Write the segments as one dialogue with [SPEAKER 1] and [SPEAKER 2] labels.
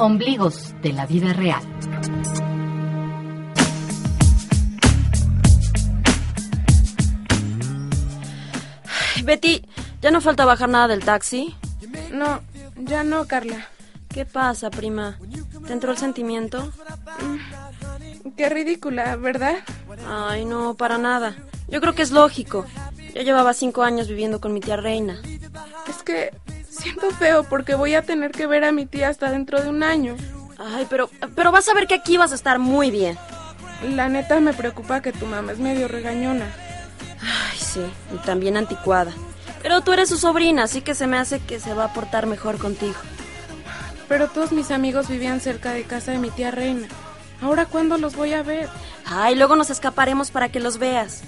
[SPEAKER 1] Ombligos de la vida real.
[SPEAKER 2] Ay, Betty, ¿ya no falta bajar nada del taxi?
[SPEAKER 3] No, ya no, Carla.
[SPEAKER 2] ¿Qué pasa, prima? ¿Te entró el sentimiento?
[SPEAKER 3] Qué ridícula, ¿verdad?
[SPEAKER 2] Ay, no, para nada. Yo creo que es lógico. Yo llevaba cinco años viviendo con mi tía Reina.
[SPEAKER 3] Es que siento feo porque voy a tener que ver a mi tía hasta dentro de un año.
[SPEAKER 2] Ay, pero, pero vas a ver que aquí vas a estar muy bien.
[SPEAKER 3] La neta me preocupa que tu mamá es medio regañona.
[SPEAKER 2] Ay, sí, y también anticuada. Pero tú eres su sobrina, así que se me hace que se va a portar mejor contigo.
[SPEAKER 3] Pero todos mis amigos vivían cerca de casa de mi tía Reina. ¿Ahora cuándo los voy a ver?
[SPEAKER 2] Ay, luego nos escaparemos para que los veas.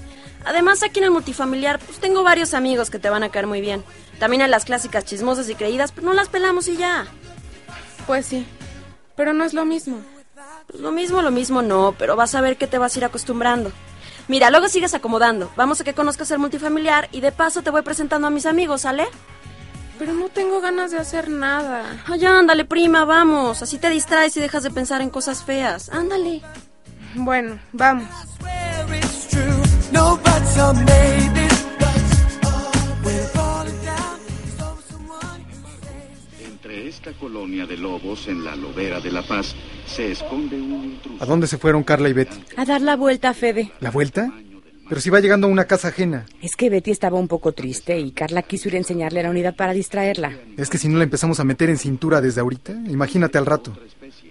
[SPEAKER 2] Además, aquí en el multifamiliar, pues tengo varios amigos que te van a caer muy bien. También en las clásicas chismosas y creídas, pero no las pelamos y ya.
[SPEAKER 3] Pues sí, pero no es lo mismo.
[SPEAKER 2] Pues lo mismo, lo mismo no, pero vas a ver que te vas a ir acostumbrando. Mira, luego sigues acomodando. Vamos a que conozcas el multifamiliar y de paso te voy presentando a mis amigos, ¿sale?
[SPEAKER 3] Pero no tengo ganas de hacer nada.
[SPEAKER 2] Ay, Ah, ándale, prima, vamos. Así te distraes y dejas de pensar en cosas feas. Ándale.
[SPEAKER 3] Bueno, vamos.
[SPEAKER 4] Entre esta colonia de lobos en la lobera de La Paz se esconde un intruso.
[SPEAKER 5] ¿A dónde se fueron Carla y Betty?
[SPEAKER 6] A dar la vuelta, Fede.
[SPEAKER 5] ¿La vuelta? Pero si va llegando a una casa ajena.
[SPEAKER 6] Es que Betty estaba un poco triste y Carla quiso ir a enseñarle la unidad para distraerla.
[SPEAKER 5] Es que si no la empezamos a meter en cintura desde ahorita, imagínate al rato.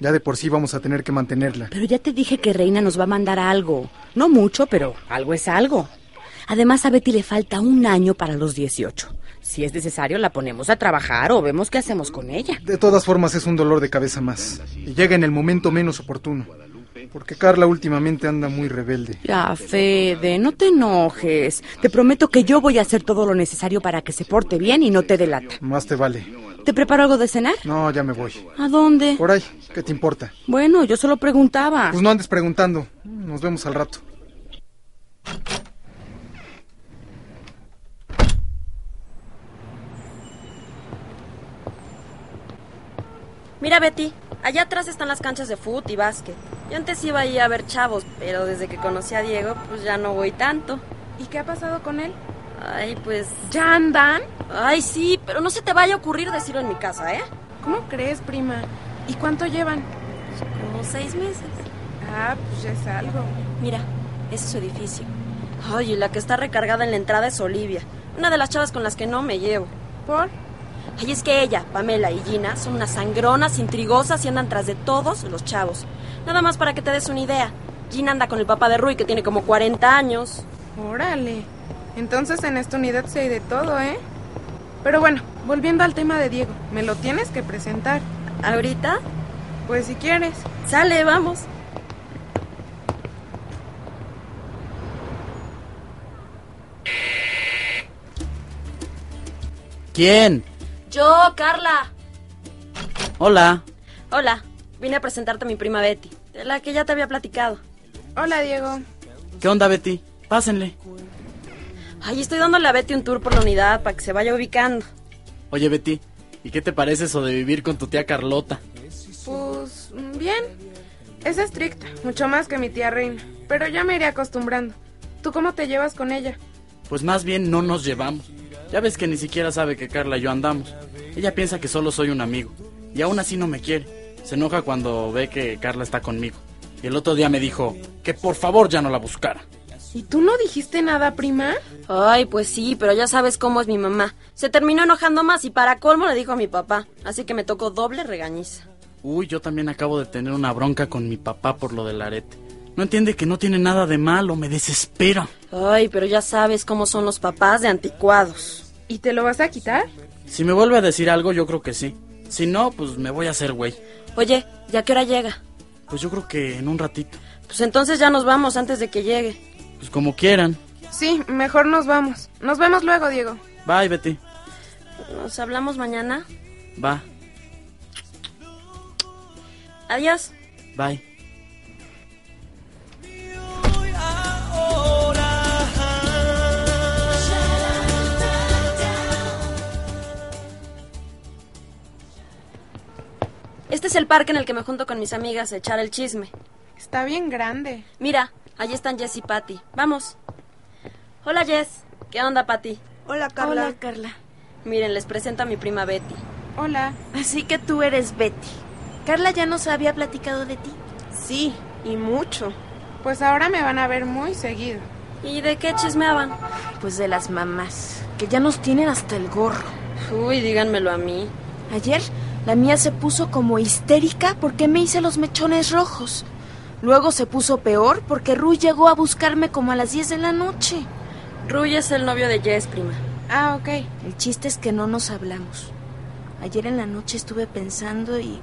[SPEAKER 5] Ya de por sí vamos a tener que mantenerla.
[SPEAKER 6] Pero ya te dije que Reina nos va a mandar algo. No mucho, pero algo es algo. Además, a Betty le falta un año para los 18. Si es necesario, la ponemos a trabajar o vemos qué hacemos con ella.
[SPEAKER 5] De todas formas, es un dolor de cabeza más. Y llega en el momento menos oportuno. Porque Carla últimamente anda muy rebelde.
[SPEAKER 6] Ya, Fede, no te enojes. Te prometo que yo voy a hacer todo lo necesario para que se porte bien y no te delata.
[SPEAKER 5] Más te vale.
[SPEAKER 6] ¿Te preparo algo de cenar?
[SPEAKER 5] No, ya me voy.
[SPEAKER 6] ¿A dónde?
[SPEAKER 5] Por ahí, ¿qué te importa?
[SPEAKER 6] Bueno, yo solo preguntaba.
[SPEAKER 5] Pues no andes preguntando. Nos vemos al rato.
[SPEAKER 2] Mira, Betty, allá atrás están las canchas de fútbol y básquet. Yo antes iba ahí a ver chavos, pero desde que conocí a Diego, pues ya no voy tanto.
[SPEAKER 3] ¿Y qué ha pasado con él?
[SPEAKER 2] Ay, pues...
[SPEAKER 3] ¿Ya andan?
[SPEAKER 2] Ay, sí, pero no se te vaya a ocurrir decirlo en mi casa, ¿eh?
[SPEAKER 3] ¿Cómo crees, prima? ¿Y cuánto llevan?
[SPEAKER 2] Como seis meses.
[SPEAKER 3] Ah, pues ya es algo.
[SPEAKER 2] Mira, ese es su edificio. Ay, y la que está recargada en la entrada es Olivia, una de las chavas con las que no me llevo.
[SPEAKER 3] ¿Por?
[SPEAKER 2] Ay, es que ella, Pamela y Gina son unas sangronas, intrigosas y andan tras de todos los chavos. Nada más para que te des una idea. Gina anda con el papá de Rui, que tiene como 40 años.
[SPEAKER 3] Órale. Entonces en esta unidad se hay de todo, ¿eh? Pero bueno, volviendo al tema de Diego, me lo tienes que presentar.
[SPEAKER 2] ¿Ahorita?
[SPEAKER 3] Pues si quieres.
[SPEAKER 2] Sale, vamos.
[SPEAKER 7] ¿Quién?
[SPEAKER 2] Yo, Carla.
[SPEAKER 7] Hola.
[SPEAKER 2] Hola, vine a presentarte a mi prima Betty, de la que ya te había platicado.
[SPEAKER 3] Hola, Diego.
[SPEAKER 7] ¿Qué onda, Betty? Pásenle.
[SPEAKER 2] Ay, estoy dándole a Betty un tour por la unidad para que se vaya ubicando.
[SPEAKER 7] Oye, Betty, ¿y qué te parece eso de vivir con tu tía Carlota?
[SPEAKER 3] Pues bien. Es estricta, mucho más que mi tía Reina, pero ya me iré acostumbrando. ¿Tú cómo te llevas con ella?
[SPEAKER 7] Pues más bien no nos llevamos. Ya ves que ni siquiera sabe que Carla y yo andamos. Ella piensa que solo soy un amigo. Y aún así no me quiere. Se enoja cuando ve que Carla está conmigo. Y el otro día me dijo que por favor ya no la buscara.
[SPEAKER 3] ¿Y tú no dijiste nada, prima?
[SPEAKER 2] Ay, pues sí, pero ya sabes cómo es mi mamá. Se terminó enojando más y para colmo le dijo a mi papá. Así que me tocó doble regañiza.
[SPEAKER 7] Uy, yo también acabo de tener una bronca con mi papá por lo del arete. No entiende que no tiene nada de malo, me desespera.
[SPEAKER 2] Ay, pero ya sabes cómo son los papás de anticuados.
[SPEAKER 3] ¿Y te lo vas a quitar?
[SPEAKER 7] Si me vuelve a decir algo, yo creo que sí. Si no, pues me voy a hacer güey.
[SPEAKER 2] Oye, ¿ya qué hora llega?
[SPEAKER 7] Pues yo creo que en un ratito.
[SPEAKER 2] Pues entonces ya nos vamos antes de que llegue.
[SPEAKER 7] Pues como quieran.
[SPEAKER 3] Sí, mejor nos vamos. Nos vemos luego, Diego.
[SPEAKER 7] Bye, Betty.
[SPEAKER 2] Nos hablamos mañana.
[SPEAKER 7] Va,
[SPEAKER 2] Adiós.
[SPEAKER 7] bye.
[SPEAKER 2] Este es el parque en el que me junto con mis amigas a echar el chisme.
[SPEAKER 3] Está bien grande.
[SPEAKER 2] Mira, allí están Jess y Patty. Vamos. Hola Jess. ¿Qué onda Patty?
[SPEAKER 8] Hola, Carla.
[SPEAKER 9] Hola, Carla.
[SPEAKER 2] Miren, les presento a mi prima Betty.
[SPEAKER 3] Hola.
[SPEAKER 9] Así que tú eres Betty. Carla ya nos había platicado de ti.
[SPEAKER 8] Sí, y mucho.
[SPEAKER 3] Pues ahora me van a ver muy seguido.
[SPEAKER 2] ¿Y de qué chismeaban?
[SPEAKER 9] Pues de las mamás, que ya nos tienen hasta el gorro.
[SPEAKER 2] Uy, díganmelo a mí.
[SPEAKER 9] Ayer la mía se puso como histérica porque me hice los mechones rojos. Luego se puso peor porque Rui llegó a buscarme como a las 10 de la noche.
[SPEAKER 2] Rui es el novio de Jess, prima.
[SPEAKER 3] Ah, ok.
[SPEAKER 9] El chiste es que no nos hablamos. Ayer en la noche estuve pensando y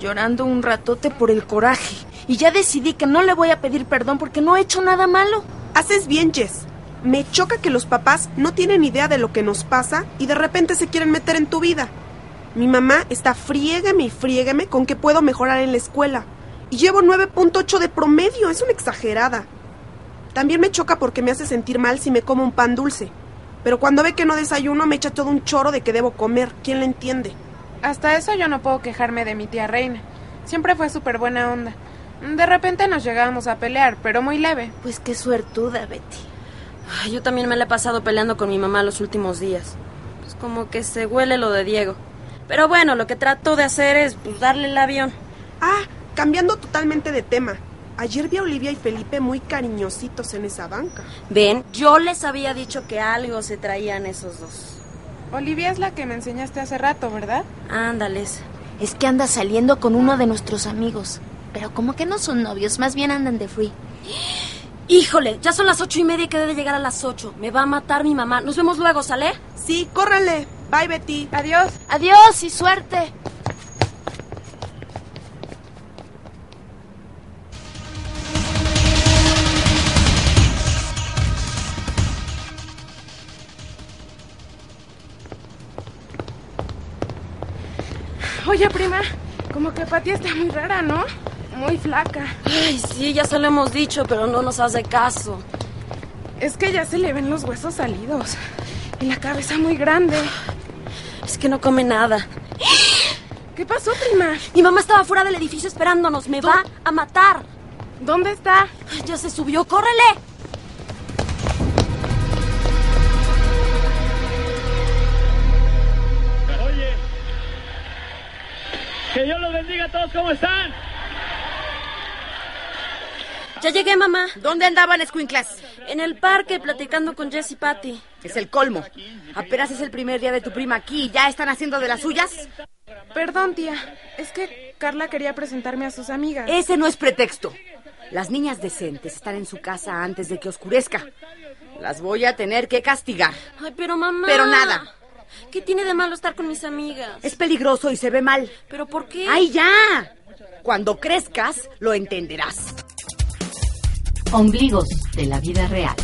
[SPEAKER 9] llorando un ratote por el coraje. Y ya decidí que no le voy a pedir perdón porque no he hecho nada malo.
[SPEAKER 8] Haces bien, Jess. Me choca que los papás no tienen idea de lo que nos pasa y de repente se quieren meter en tu vida. Mi mamá está friégueme y friégueme con que puedo mejorar en la escuela. Y llevo 9.8 de promedio, es una exagerada. También me choca porque me hace sentir mal si me como un pan dulce. Pero cuando ve que no desayuno me echa todo un choro de que debo comer. ¿Quién le entiende?
[SPEAKER 3] Hasta eso yo no puedo quejarme de mi tía Reina. Siempre fue súper buena onda. De repente nos llegábamos a pelear, pero muy leve.
[SPEAKER 9] Pues qué suertuda, Betty.
[SPEAKER 2] Ay, yo también me la he pasado peleando con mi mamá los últimos días. Pues como que se huele lo de Diego. Pero bueno, lo que trato de hacer es pues, darle el avión.
[SPEAKER 8] Ah, cambiando totalmente de tema. Ayer vi a Olivia y Felipe muy cariñositos en esa banca.
[SPEAKER 2] Ven, yo les había dicho que algo se traían esos dos.
[SPEAKER 3] Olivia es la que me enseñaste hace rato, ¿verdad?
[SPEAKER 2] Ándales.
[SPEAKER 9] Es que anda saliendo con uno de nuestros amigos. Pero como que no son novios, más bien andan de free.
[SPEAKER 2] Híjole, ya son las ocho y media y quedé de llegar a las ocho. Me va a matar mi mamá. Nos vemos luego, ¿sale?
[SPEAKER 8] Sí, córrele. Bye, Betty.
[SPEAKER 3] Adiós.
[SPEAKER 9] Adiós y suerte.
[SPEAKER 3] Oye, prima, como que Pati está muy rara, ¿no? Muy flaca.
[SPEAKER 2] Ay, sí, ya se lo hemos dicho, pero no nos hace caso.
[SPEAKER 3] Es que ya se le ven los huesos salidos. Y la cabeza muy grande.
[SPEAKER 2] Es que no come nada.
[SPEAKER 3] ¿Qué pasó, prima?
[SPEAKER 2] Mi mamá estaba fuera del edificio esperándonos. Me va a matar.
[SPEAKER 3] ¿Dónde está?
[SPEAKER 2] Ay, ya se subió. ¡Córrele!
[SPEAKER 10] Oye, que Dios los bendiga a todos, ¿cómo están?
[SPEAKER 2] Ya llegué, mamá.
[SPEAKER 6] ¿Dónde andaban, escuinclas?
[SPEAKER 2] En el parque platicando con Jess y Patty.
[SPEAKER 6] Es el colmo. Apenas es el primer día de tu prima aquí y ya están haciendo de las suyas.
[SPEAKER 3] Perdón, tía. Es que Carla quería presentarme a sus amigas.
[SPEAKER 6] Ese no es pretexto. Las niñas decentes están en su casa antes de que oscurezca. Las voy a tener que castigar.
[SPEAKER 2] Ay, pero mamá.
[SPEAKER 6] Pero nada.
[SPEAKER 2] ¿Qué tiene de malo estar con mis amigas?
[SPEAKER 6] Es peligroso y se ve mal.
[SPEAKER 2] ¿Pero por qué?
[SPEAKER 6] ¡Ay, ya! Cuando crezcas, lo entenderás.
[SPEAKER 1] Ombligos de la vida real.